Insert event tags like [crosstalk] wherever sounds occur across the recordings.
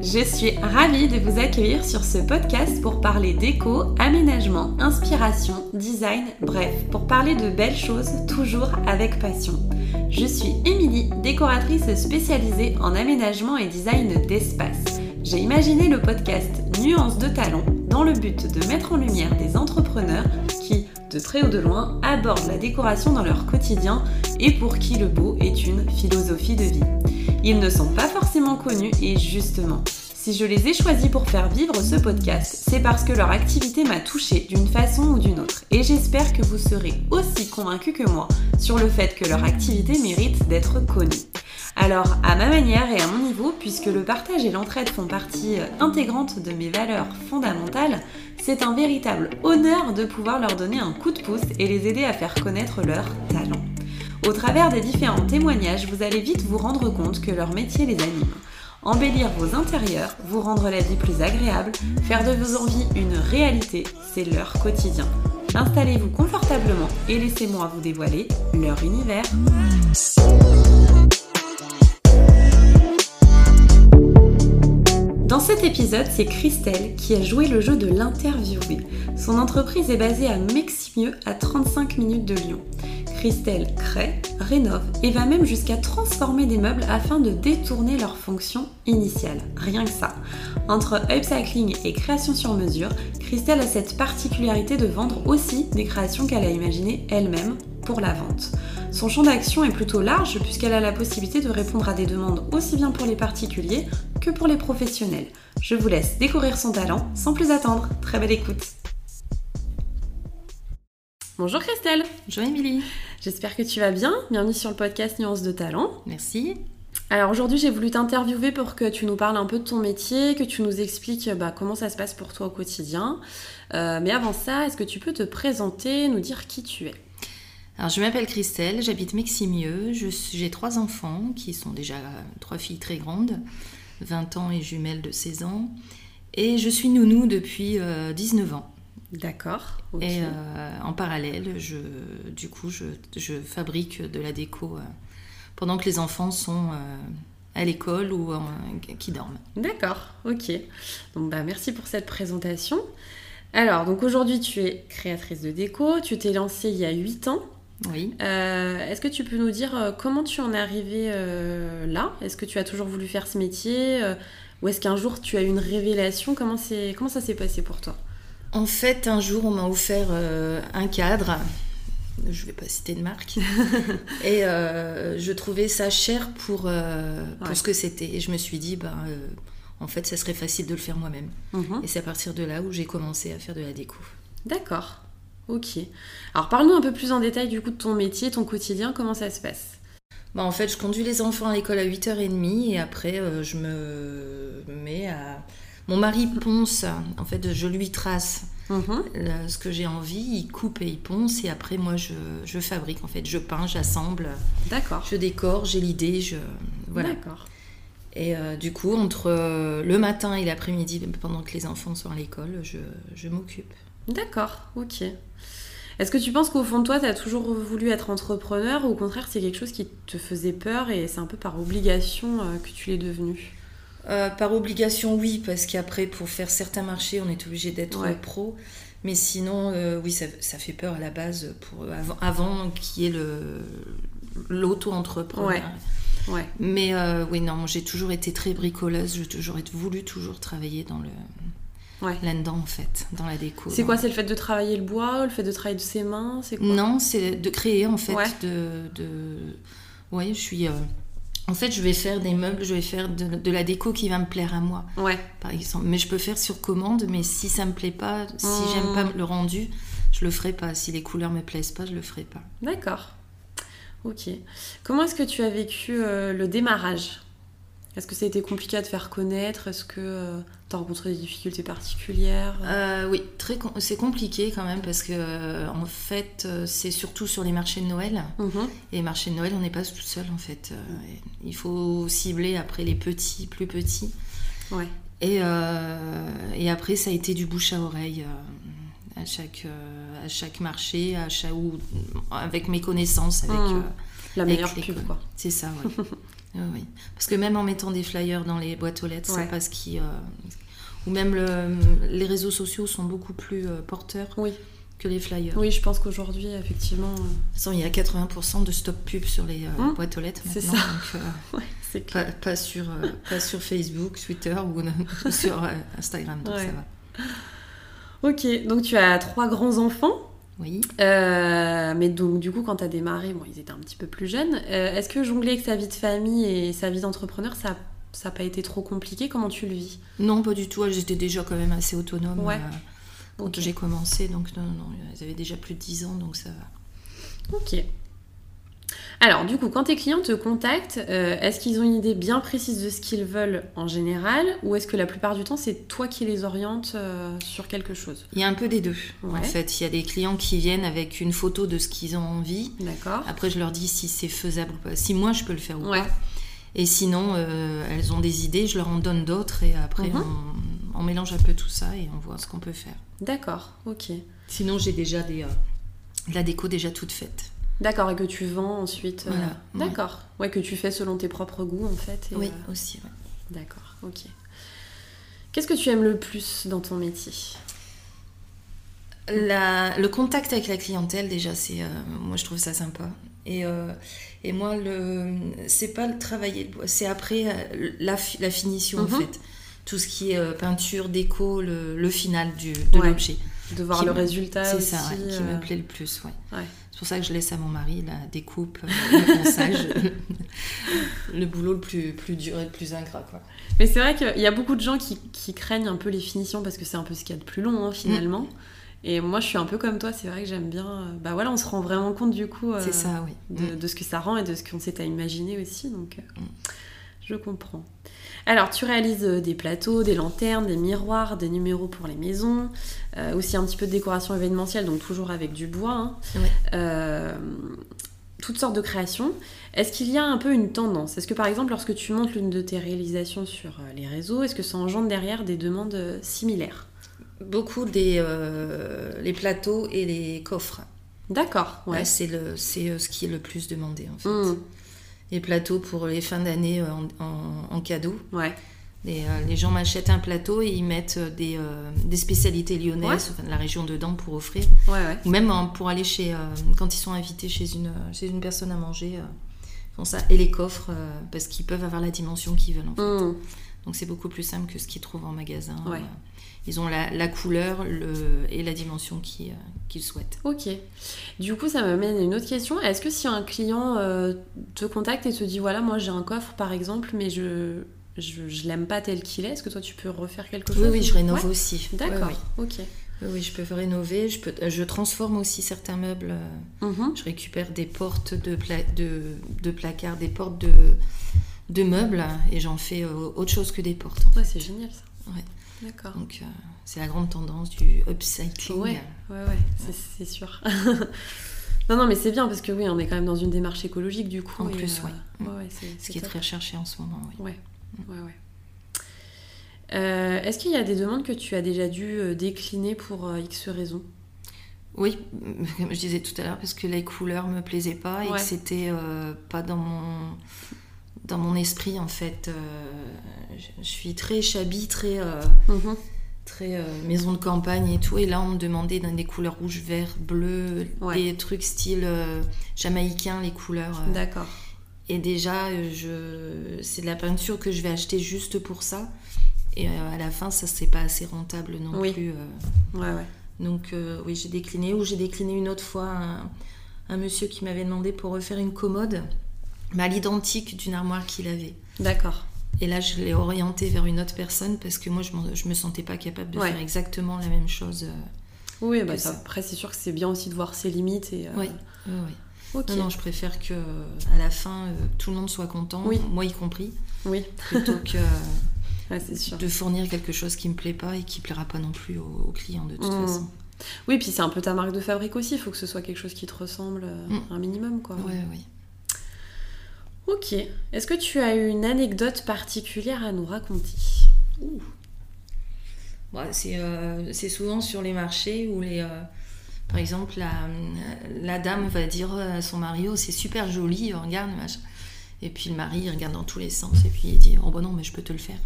Je suis ravie de vous accueillir sur ce podcast pour parler déco, aménagement, inspiration, design, bref, pour parler de belles choses toujours avec passion. Je suis Émilie, décoratrice spécialisée en aménagement et design d'espace. J'ai imaginé le podcast Nuances de talent dans le but de mettre en lumière des entrepreneurs qui, de très ou de loin, abordent la décoration dans leur quotidien et pour qui le beau est une philosophie de vie. Ils ne sont pas forcément connus et justement, si je les ai choisis pour faire vivre ce podcast, c'est parce que leur activité m'a touchée d'une façon ou d'une autre et j'espère que vous serez aussi convaincus que moi sur le fait que leur activité mérite d'être connue. Alors, à ma manière et à mon niveau, puisque le partage et l'entraide font partie euh, intégrante de mes valeurs fondamentales, c'est un véritable honneur de pouvoir leur donner un coup de pouce et les aider à faire connaître leurs talents. Au travers des différents témoignages, vous allez vite vous rendre compte que leur métier les anime. Embellir vos intérieurs, vous rendre la vie plus agréable, faire de vos envies une réalité, c'est leur quotidien. Installez-vous confortablement et laissez-moi vous dévoiler leur univers. Dans cet épisode, c'est Christelle qui a joué le jeu de l'interviewé. Son entreprise est basée à Meximieux, à 35 minutes de Lyon. Christelle crée, rénove et va même jusqu'à transformer des meubles afin de détourner leur fonction initiale. Rien que ça. Entre upcycling et création sur mesure, Christelle a cette particularité de vendre aussi des créations qu'elle a imaginées elle-même pour la vente. Son champ d'action est plutôt large puisqu'elle a la possibilité de répondre à des demandes aussi bien pour les particuliers que pour les professionnels. Je vous laisse découvrir son talent sans plus attendre. Très belle écoute. Bonjour Christelle, Bonjour Émilie. j'espère que tu vas bien. Bienvenue sur le podcast Nuances de Talent. Merci. Alors aujourd'hui j'ai voulu t'interviewer pour que tu nous parles un peu de ton métier, que tu nous expliques bah, comment ça se passe pour toi au quotidien. Euh, mais avant ça, est-ce que tu peux te présenter, nous dire qui tu es Alors je m'appelle Christelle, j'habite Meximieux, Je suis- j'ai trois enfants qui sont déjà euh, trois filles très grandes, 20 ans et jumelles de 16 ans. Et je suis nounou depuis euh, 19 ans. D'accord. Et euh, en parallèle, je, du coup, je, je fabrique de la déco euh, pendant que les enfants sont euh, à l'école ou en- qui dorment. D'accord, ok. Donc bah merci pour cette présentation. Alors donc aujourd'hui tu es créatrice de déco, tu t'es lancée il y a 8 ans. Oui. Euh, Est-ce que tu peux nous dire euh, comment tu en es arrivée euh, là Est-ce que tu as toujours voulu faire ce métier euh, Ou est-ce qu'un jour tu as eu une révélation comment, c'est- comment ça s'est passé pour toi En fait, un jour, on m'a offert euh, un cadre. Je ne vais pas citer de marque. et euh, je trouvais ça cher pour, euh, pour Ouais. ce que c'était. Et je me suis dit, ben, euh, en fait, ça serait facile de le faire moi-même. Et c'est à partir de là où j'ai commencé à faire de la déco. D'accord, ok. Alors parle-nous un peu plus en détail du coup de ton métier, ton quotidien, comment ça se passe Bah, en fait, je conduis les enfants à l'école à 8h30 et après, euh, je me mets à... Mon mari ponce. En fait, je lui trace Mhm. euh, ce que j'ai envie. Il coupe et il ponce. Et après, moi, je, je fabrique. En fait, je peins, j'assemble. D'accord. Je décore, j'ai l'idée, je voilà. D'accord. Et euh, du coup, entre euh, le matin et l'après-midi, ben, pendant que les enfants sont à l'école, je, je m'occupe. D'accord, ok. Est-ce que tu penses qu'au fond de toi, tu as toujours voulu être entrepreneur ou au contraire, c'est quelque chose qui te faisait peur et c'est un peu par obligation euh, que tu l'es devenu Euh, par obligation, oui, parce qu'après, pour faire certains marchés, on est obligé d'être Ouais. pro. Mais sinon, euh, oui, ça, ça fait peur à la base pour avant, avant qu'il y ait le l'auto-entrepreneur. Ouais. Ouais, Mais euh, oui, non, moi, j'ai toujours été très bricoleuse. J'ai toujours été- voulu toujours travailler dans le ouais. là-dedans en fait, dans la déco. C'est dans- quoi C'est le fait de travailler le bois, le fait de travailler de ses mains C'est quoi Non, c'est de créer en fait. Ouais. De, de... Ouais, je suis. euh, En fait, je vais faire des meubles, je vais faire de, de la déco qui va me plaire à moi, Ouais, par exemple. Mais je peux faire sur commande, mais si ça me plaît pas, si Mm. j'aime pas le rendu, je le ferai pas. Si les couleurs me plaisent pas, je le ferai pas. d'accord. Ok. Comment est-ce que tu as vécu euh, le démarrage Est-ce que ça a été compliqué à te faire connaître Est-ce que tu as rencontré des difficultés particulières Euh, oui, très com- c'est compliqué quand même parce que euh, en fait, euh, c'est surtout sur les marchés de Noël. Mhm. Et marché de Noël, on n'est pas tout seul en fait. Euh, Mm. il faut cibler après les petits, plus petits. Ouais. Et, euh, et après, ça a été du bouche à oreille euh, à, chaque, euh, à chaque marché, à chaque, ou- avec mes connaissances, avec, Mm. euh, La Avec meilleure les pub, codes. quoi. [laughs] c'est ça, ouais. Oui, oui. Parce que même en mettant des flyers dans les boîtes aux lettres, Ouais. c'est pas ce qui. euh, Ou même le- les réseaux sociaux sont beaucoup plus euh, porteurs Oui. que les flyers. Oui, je pense qu'aujourd'hui, effectivement, euh, De toute façon, il y a 80% de stop pub sur les euh, Hein boîtes aux lettres C'est maintenant. donc, euh, ouais, c'est pas, pas sur, euh, pas sur Facebook, Twitter [laughs] ou sur euh, Instagram. Donc Ouais. ça va. Ok, donc tu as trois grands enfants, Oui. euh, mais donc du coup, quand tu as démarré, bon, ils étaient un petit peu plus jeunes. Euh, Est-ce que jongler avec sa vie de famille et sa vie d'entrepreneur, ça ça n'a pas été trop compliqué Comment tu le vis Non, pas du tout. J'étais déjà quand même assez autonome Ouais. euh, quand Ok. j'ai commencé. Donc non, non, non, ils avaient déjà plus de 10 ans, donc ça va. Ok. Alors, du coup, quand tes clients te contactent, euh, est-ce qu'ils ont une idée bien précise de ce qu'ils veulent en général ou est-ce que la plupart du temps, c'est toi qui les orientes euh, sur quelque chose Il y a un peu des deux. Ouais. En fait, il y a des clients qui viennent avec une photo de ce qu'ils ont envie. D'accord. Après, je leur dis si c'est faisable ou pas, si moi je peux le faire Ah, ou Ouais. pas. Et sinon, euh, elles ont des idées, je leur en donne d'autres et après, Mhm. on, on mélange un peu tout ça et on voit ce qu'on peut faire. D'accord, ok. Sinon, j'ai déjà des, euh, de la déco déjà toute faite. D'accord, et que tu vends ensuite. euh, Voilà, ouais. D'accord. Ouais, que tu fais selon tes propres goûts en fait. et, euh, aussi. ouais. D'accord, ok. Qu'est-ce que tu aimes le plus dans ton métier La- le contact avec la clientèle, déjà, c'est euh, moi je trouve ça sympa. Et, euh, et moi, le c'est pas le travailler, c'est après euh, la, fi- la finition Mhm. en fait. Tout ce qui est euh, peinture, déco, le, le final du, de Ouais. l'objet. De voir Qui le me- résultat c'est aussi, ça ouais, qui euh, me plaît le plus. Ouais. ouais. C'est pour ça que je laisse à mon mari la découpe, euh, le ponçage, [laughs] le boulot le plus, plus dur et le plus ingrat. Quoi. Mais c'est vrai qu'il y a beaucoup de gens qui, qui craignent un peu les finitions parce que c'est un peu ce qu'il y a de plus long hein, finalement. Mm. Et moi je suis un peu comme toi, c'est vrai que j'aime bien. euh, Bah voilà, on se rend vraiment compte du coup euh, C'est ça, oui. Mm. de, de ce que ça rend et de ce qu'on s'est à imaginer aussi. Donc euh, je comprends. Alors tu réalises euh, des plateaux, des lanternes, des miroirs, des numéros pour les maisons, euh, aussi un petit peu de décoration événementielle, donc toujours avec du bois. hein. Ouais. Euh, toutes sortes de créations. Est-ce qu'il y a un peu une tendance Est-ce que par exemple, lorsque tu montes l'une de tes réalisations sur euh, les réseaux, est-ce que ça engendre derrière des demandes euh, similaires Beaucoup des euh, les plateaux et les coffres. D'accord, ouais. Ouais, c'est le c'est euh, ce qui est le plus demandé en fait. Mm, Les plateaux pour les fins d'année euh, en, en- en cadeau. ouais. Les, euh, les gens m'achètent un plateau et ils mettent euh, des, euh, des spécialités lyonnaises, enfin, de la région dedans pour offrir. ouais, ouais. Ou même hein, pour aller chez euh, quand ils sont invités chez une euh, chez une personne à manger. euh, ils font ça et les coffres euh, parce qu'ils peuvent avoir la dimension qu'ils veulent. en fait. Mm, Donc c'est beaucoup plus simple que ce qu'ils trouvent en magasin. Euh, Ouais. ils ont la, la couleur le, et la dimension qu'ils euh, qu'ils souhaitent. Ok. Du coup, ça m'amène à une autre question. Est-ce que si un client euh, te contacte et te dit voilà, moi j'ai un coffre par exemple, mais je je, je l'aime pas tel qu'il est, est-ce que toi tu peux refaire quelque chose Oui oui je rénove Ouais. aussi. Ouais, D'accord. ouais. Ok. Oui, oui, je peux rénover, je, peux, euh, je transforme aussi certains meubles. euh, Mhm. Je récupère des portes de, pla- de, de placards, des portes de, de meubles et j'en fais euh, autre chose que des portes. en Ouais, fait. c'est génial ça. Ouais. D'accord. Donc, euh, c'est la grande tendance du upcycling. euh, Ouais. Ouais, ouais, c'est- c'est sûr. [laughs] non, non, mais c'est bien parce que oui, on est quand même dans une démarche écologique du coup. En et, plus, euh, ouais. Mm. ouais, ouais, c'est- Ce c'est qui est top. très recherché en ce moment, oui. Ouais, ouais. Euh, Est-ce qu'il y a des demandes que tu as déjà dû euh, décliner pour euh, X raisons Oui, [laughs] comme je disais tout à l'heure, parce que les couleurs me plaisaient pas et Ouais. que c'était euh, pas dans mon, dans mon esprit, en fait. Euh, je, je suis très chabille, très... euh, Mhm. très euh, maison de campagne et tout. Et là, on me demandait dans des couleurs rouge, vert, bleu, Ouais. des trucs style euh, jamaïcain, les couleurs. euh. D'accord. et déjà, euh, je... c'est de la peinture que je vais acheter juste pour ça. Et euh, à la fin, ça, c'est pas assez rentable non Oui. plus. euh. Ouais, ouais. Donc, euh, oui, j'ai décliné. Ou j'ai décliné une autre fois un, un monsieur qui m'avait demandé pour refaire une commode, mais à l'identique d'une armoire qu'il avait. D'accord. Et là, je l'ai orienté vers une autre personne parce que moi, je m'en- je me sentais pas capable de Ouais. faire exactement la même chose. euh, Oui, bah, que ça. après, c'est sûr que c'est bien aussi de voir ses limites. Et, euh, Oui, oui, oui. Ok. Non, non, je préfère que à la fin, euh, tout le monde soit content, Oui. moi y compris, Oui, [laughs] plutôt que euh, ouais, c'est sûr. de fournir quelque chose qui me plaît pas et qui plaira pas non plus aux, aux clients de toute Mm. façon. Oui, puis c'est un peu ta marque de fabrique aussi. Il faut que ce soit quelque chose qui te ressemble euh, Mm. un minimum, quoi. Ouais, oui. Ok. Est-ce que tu as une anecdote particulière à nous raconter Ouais, c'est euh, c'est souvent sur les marchés où les euh, par euh, exemple la, la dame va dire à son mari oh c'est super joli regarde machin. Et puis le mari, il regarde dans tous les sens et puis il dit Oh, bon, non, mais je peux te le faire.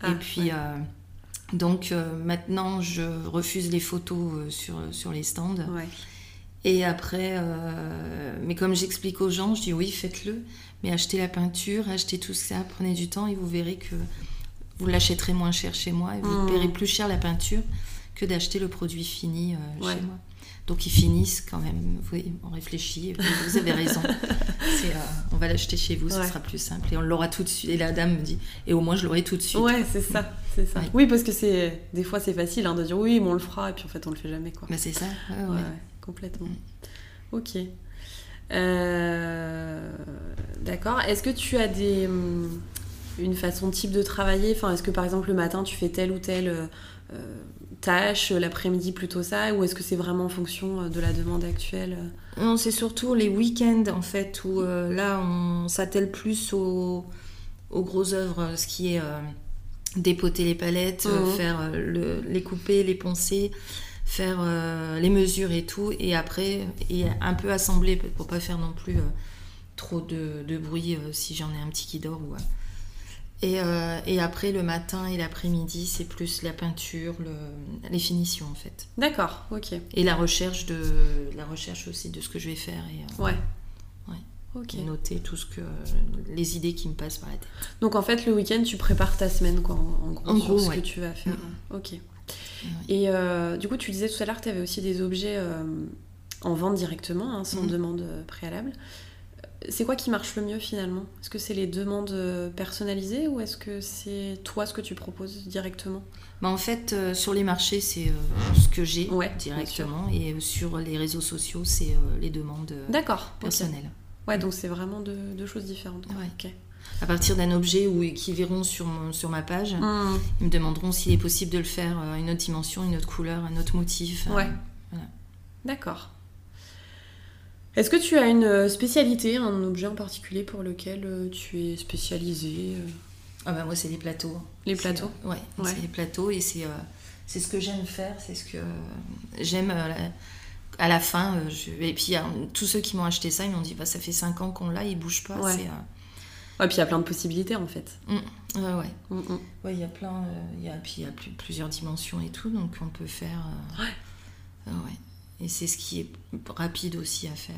Ah, et puis, ouais. euh, donc euh, maintenant, je refuse les photos euh, sur, sur les stands. Ouais. Et après, euh, mais comme j'explique aux gens, je dis oui, faites-le, mais achetez la peinture, achetez tout ça, prenez du temps et vous verrez que vous l'achèterez moins cher chez moi et vous Mm. paierez plus cher la peinture que d'acheter le produit fini euh, Ouais. chez moi. Donc ils finissent quand même, oui, on réfléchit, et puis vous [laughs] avez raison. C'est, euh, on va l'acheter chez vous, ce Ouais. sera plus simple. Et on l'aura tout de suite. Et la dame me dit, et au moins je l'aurai tout de suite. Ouais, c'est ça, c'est ça. Ouais. Oui, parce que c'est des fois c'est facile hein, de dire oui, mais on le fera, et puis en fait on le fait jamais quoi. Bah, c'est ça. ouais, Ah Ouais, ouais. ouais, complètement. Mm. Ok. Euh, D'accord. Est-ce que tu as des hum, une façon type de travailler Enfin, est-ce que par exemple le matin tu fais telle ou telle euh, euh, tâche, l'après-midi plutôt ça, ou est-ce que c'est vraiment en fonction euh, de la demande actuelle Non, c'est surtout les week-ends en fait où euh, là on s'attelle plus aux, aux grosses œuvres, ce qui est euh, dépoter les palettes, euh, Mhm. faire euh, le- les couper, les poncer, faire euh, les mesures et tout, et après et un peu assembler pour pas faire non plus euh, trop de, de bruit euh, si j'en ai un petit qui dort ou. euh. Et, euh, et après le matin et l'après-midi, c'est plus la peinture, le- les finitions en fait, D'accord. Ok. et la recherche de la recherche aussi de ce que je vais faire et euh, Ouais. Ouais. Ok. noter tout ce que les idées qui me passent par la tête. Donc en fait, le week-end, tu prépares ta semaine, quoi, en, en gros, En sur gros, ce ouais. que tu vas faire. Ok. Ouais. Et euh, du coup, tu disais tout à l'heure que tu avais aussi des objets euh, en vente directement, hein, sans Mhm. demande euh, préalable. Euh, C'est quoi qui marche le mieux finalement Est-ce que c'est les demandes euh, personnalisées ou est-ce que c'est toi ce que tu proposes directement Bah, en fait, euh, sur les marchés, c'est euh, ce que j'ai Ouais, directement, et euh, sur les réseaux sociaux, c'est euh, les demandes euh, D'accord. ok. personnelles. Ouais, donc c'est vraiment deux, deux choses différentes. quoi. Ouais. Ok. À partir d'un objet ou qui verront sur, mon- sur ma page, Mhm. ils me demanderont s'il est possible de le faire euh, une autre dimension, une autre couleur, un autre motif. euh, Ouais. voilà. D'accord. Est-ce que tu as une euh, spécialité, un objet en particulier pour lequel euh, tu es spécialisée euh, Ah bah, moi, c'est les plateaux. Les C'est, plateaux euh, ouais, Ouais. c'est les plateaux et c'est euh, c'est ce que j'aime faire, c'est ce que euh, j'aime euh, la- à la fin. euh, je- Et puis euh, tous ceux qui m'ont acheté ça, ils m'ont dit bah, ça fait 5 ans qu'on l'a, il bouge pas. Ouais. c'est, euh, Ouais, puis il y a plein de possibilités en fait. ouais, ouais. Mm, mm. Ouais, il y a plein, euh, il y a, puis il y a plus- plusieurs dimensions et tout, donc on peut faire. euh, Ouais. euh, ouais. Et c'est ce qui est rapide aussi à faire.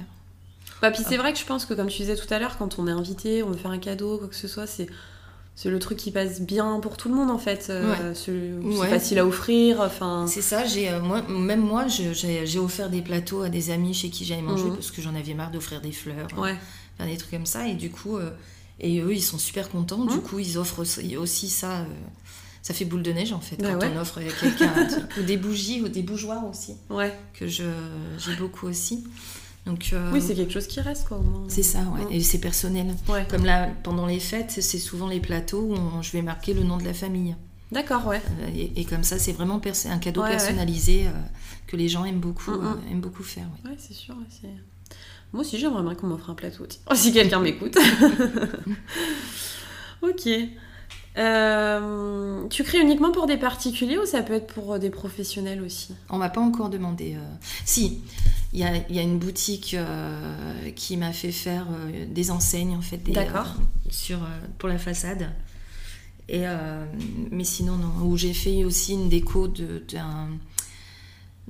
Bah, Ah. puis c'est vrai que je pense que, comme tu disais tout à l'heure, quand on est invité, on veut faire un cadeau, quoi que ce soit, c'est. C'est le truc qui passe bien pour tout le monde en fait. Euh, C'est c'est Ouais. facile à offrir. Enfin, C'est ça, j'ai euh, moi, même moi, je- j'ai j'ai offert des plateaux à des amis chez qui j'allais manger Mhm. parce que j'en avais marre d'offrir des fleurs, euh, ouais, faire des trucs comme ça, et du coup, euh, et eux, ils sont super contents. Du Mhm. coup, ils offrent aussi, aussi ça. euh, ça fait boule de neige en fait Bah quand ouais. on offre à quelqu'un un truc. ou des bougies ou des bougeoirs aussi ouais. que je j'ai beaucoup aussi. Donc euh, Oui, c'est quelque chose qui reste quoi. au moins. c'est ça, ouais. Mhm. et c'est personnel. Ouais. Comme là, pendant les fêtes, c'est souvent les plateaux où on- je vais marquer le nom de la famille. D'accord, ouais. Euh, Et, et comme ça, c'est vraiment perso- un cadeau Ouais, ouais. personnalisé euh, que les gens aiment beaucoup, Mm, euh, aiment beaucoup faire. ouais. Ouais, c'est sûr. ouais, c'est- Moi aussi, j'aimerais bien qu'on m'offre un plateau. tiens. [laughs] si quelqu'un m'écoute. ok. Euh, tu crées uniquement pour des particuliers ou ça peut être pour euh, des professionnels aussi On m'a pas encore demandé. euh, Si, il y a, il y a une boutique euh, qui m'a fait faire euh, des enseignes en fait, des, D'accord. euh, sur euh, pour la façade. Et euh, mais sinon non, où j'ai fait aussi une déco de- d'un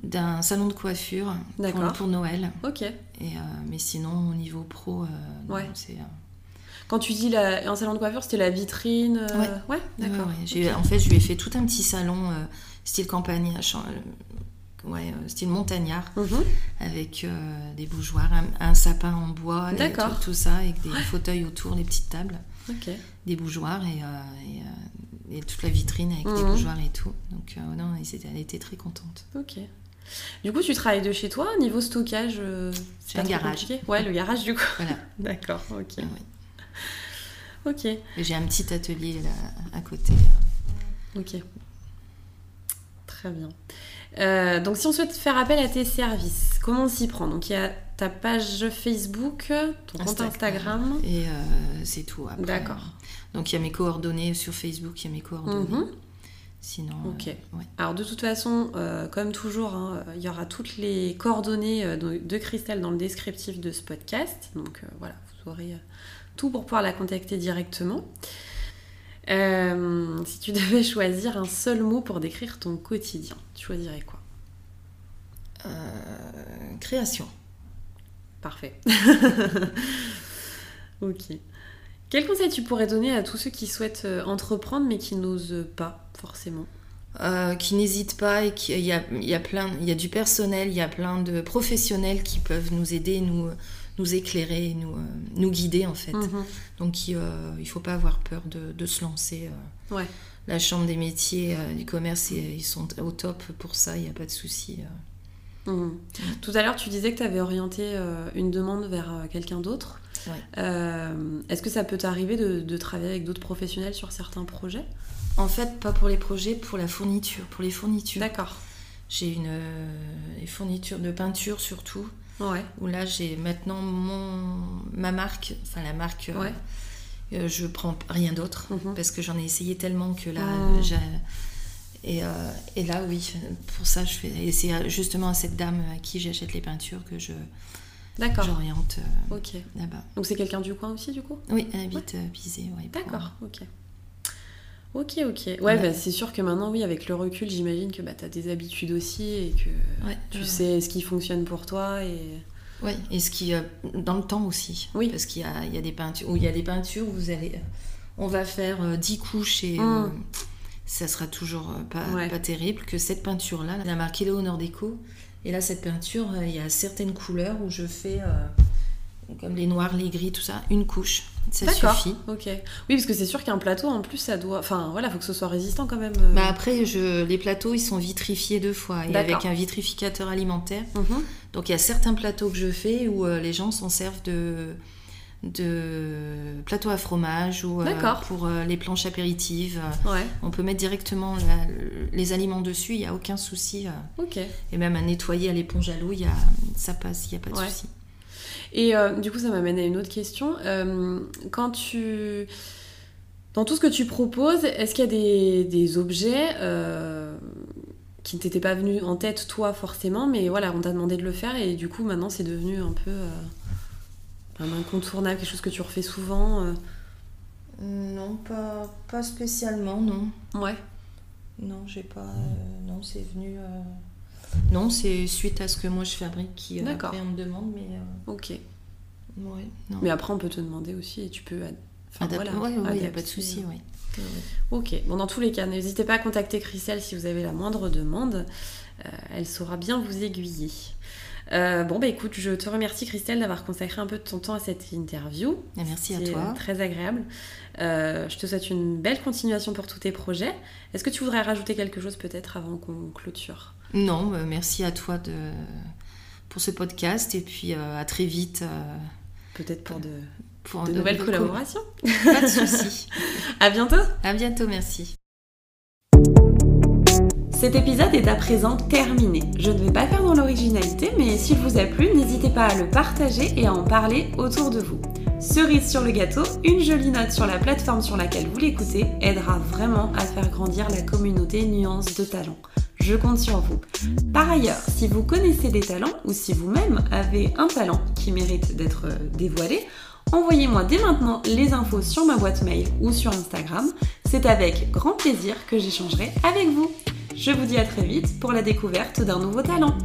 d'un salon de coiffure pour, D'accord. pour Noël. Ok. Et, euh, mais sinon, au niveau pro, euh, non, Ouais. c'est. euh, Quand tu dis la... un salon de coiffure, c'était la vitrine. euh, Ouais. d'accord. ouais, ouais. J'ai- Ok. En fait, je lui ai fait tout un petit salon euh, style campagne, à Chan- euh, ouais, euh, style montagnard, Mhm. avec euh, des bougeoirs, un, un sapin en bois, des- D'accord. Tout, tout ça, avec des fauteuils autour, des petites tables, Ok. des bougeoirs et, euh, et, euh, et toute la vitrine avec des Mhm. bougeoirs et tout. Donc, euh, non, elle s'était- elle était très contente. Ok. Du coup, tu travailles de chez toi. Niveau stockage, euh, c'est J'ai pas un trop garage. compliqué Ouais, le garage du coup. Voilà. [laughs] D'accord. Ok. Ouais. Ok. Et J'ai un petit atelier là, à côté. Ok. Très bien. Euh, donc, si on souhaite faire appel à tes services, comment on s'y prend Donc, il y a ta page Facebook, ton compte Instagram. Et euh, c'est tout. après. D'accord. Donc il y a mes coordonnées sur Facebook, il y a mes coordonnées. Mhm. Sinon, Ok. euh, ouais. Alors de toute façon, euh, comme toujours, hein, il y aura toutes les coordonnées euh, de, de Christelle dans le descriptif de ce podcast. Donc euh, voilà, vous aurez euh, tout pour pouvoir la contacter directement. Euh, si tu [laughs] devais choisir un seul mot pour décrire ton quotidien, tu choisirais quoi Euh, création. Parfait. [laughs] ok. Quel conseil tu pourrais donner à tous ceux qui souhaitent euh, entreprendre mais qui n'osent pas forcément Euh, qui n'hésitent pas et qui il y a, il y a plein il y a du personnel il y a plein de professionnels qui peuvent nous aider nous nous éclairer nous euh, nous guider en Mm. fait Mhm. donc il, euh, il faut pas avoir peur de, de se lancer euh. Ouais. la chambre des métiers euh, du commerce ils ils sont au top pour ça il n'y a pas de souci euh. Mhm. Tout à l'heure, tu disais que tu avais orienté euh, une demande vers euh, quelqu'un d'autre. Ouais. Euh, Est-ce que ça peut t'arriver de, de travailler avec d'autres professionnels sur certains projets en fait pas pour les projets pour la fourniture pour les fournitures D'accord. j'ai une euh, les fournitures de peinture surtout Ouais. où là j'ai maintenant mon ma marque enfin la marque euh, Ouais. euh, je prends rien d'autre Mhm. parce que j'en ai essayé tellement que là Ah. euh, j'ai- et, euh, et là oui pour ça je fais et c'est euh, justement à cette dame à qui j'achète les peintures que je D'accord. j'oriente euh, Ok. là-bas Donc c'est quelqu'un du coin aussi, du coup oui elle habite euh, Bizet ouais, pour- D'accord. Ok. Ok, ok. Ouais, Ouais. bah, c'est sûr que maintenant, oui, avec le recul, j'imagine que bah, tu as des habitudes aussi et que ouais, tu ouais. sais ce qui fonctionne pour toi. Et... Ouais, et ce qui euh, dans le temps aussi Oui. parce qu'il y a, il y a des peintures où il y a des peintures où vous allez on va faire euh, 10 couches et Mm. euh, ça sera toujours euh, pas, Ouais. pas terrible que cette peinture là la marque Eleonore Déco et là cette peinture euh, il y a certaines couleurs où je fais euh, comme les noirs les gris tout ça une couche ça D'accord. suffit Ok. Oui, parce que c'est sûr qu'un plateau, en plus, ça doit. Enfin, voilà, faut que ce soit résistant quand même. euh. bah après je, les plateaux ils sont vitrifiés deux fois et D'accord. avec un vitrificateur alimentaire Mhm. Donc il y a certains plateaux que je fais où euh, les gens s'en servent de, de plateaux à fromage ou euh, D'accord. pour euh, les planches apéritives. Euh, Ouais. On peut mettre directement la- les aliments dessus, il n'y a aucun souci. euh. Ok. Et même à nettoyer à l'éponge à l'eau, il y a- ça passe, il n'y a pas de Ouais. souci. Et euh, du coup, ça m'amène à une autre question. Euh, quand tu. Dans tout ce que tu proposes, est-ce qu'il y a des, des objets euh, qui ne t'étaient pas venus en tête, toi, forcément, mais voilà, on t'a demandé de le faire et du coup, maintenant, c'est devenu un peu. euh, un incontournable, quelque chose que tu refais souvent. euh. Non, pas, pas spécialement, non. Ouais. Non, j'ai pas. euh, non, c'est venu. euh. Non, c'est suite à ce que moi je fabrique qui euh, D'accord. après on me demande, mais euh, Ok. ouais, non. Mais après, on peut te demander aussi et tu peux. ad- Enfin, Adap- voilà. hein. ouais, ouais, il n'y a adapter. euh. pas de souci, oui. Ok, bon dans tous les cas, n'hésitez pas à contacter Christelle si vous avez la moindre demande. Euh, elle saura bien vous aiguiller. Euh, bon bah écoute, je te remercie Christelle d'avoir consacré un peu de ton temps à cette interview. Et Merci à C'est, toi. euh, très agréable. Euh, je te souhaite une belle continuation pour tous tes projets. Est-ce que tu voudrais rajouter quelque chose peut-être avant qu'on clôture Non, euh, merci à toi de... pour ce podcast et puis euh, à très vite euh, Peut-être pour de, pour de de- nouvelles de- collaborations. [laughs] Pas de souci. À bientôt À bientôt, merci. Cet épisode est à présent terminé. Je ne vais pas faire dans l'originalité, mais s'il vous a plu, n'hésitez pas à le partager et à en parler autour de vous. Cerise sur le gâteau, une jolie note sur la plateforme sur laquelle vous l'écoutez aidera vraiment à faire grandir la communauté Nuance de Talent. Je compte sur vous. Par ailleurs, si vous connaissez des talents ou si vous-même avez un talent qui mérite d'être euh, dévoilé, envoyez-moi dès maintenant les infos sur ma boîte mail ou sur Instagram. C'est avec grand plaisir que j'échangerai avec vous. Je vous dis à très vite pour la découverte d'un nouveau talent.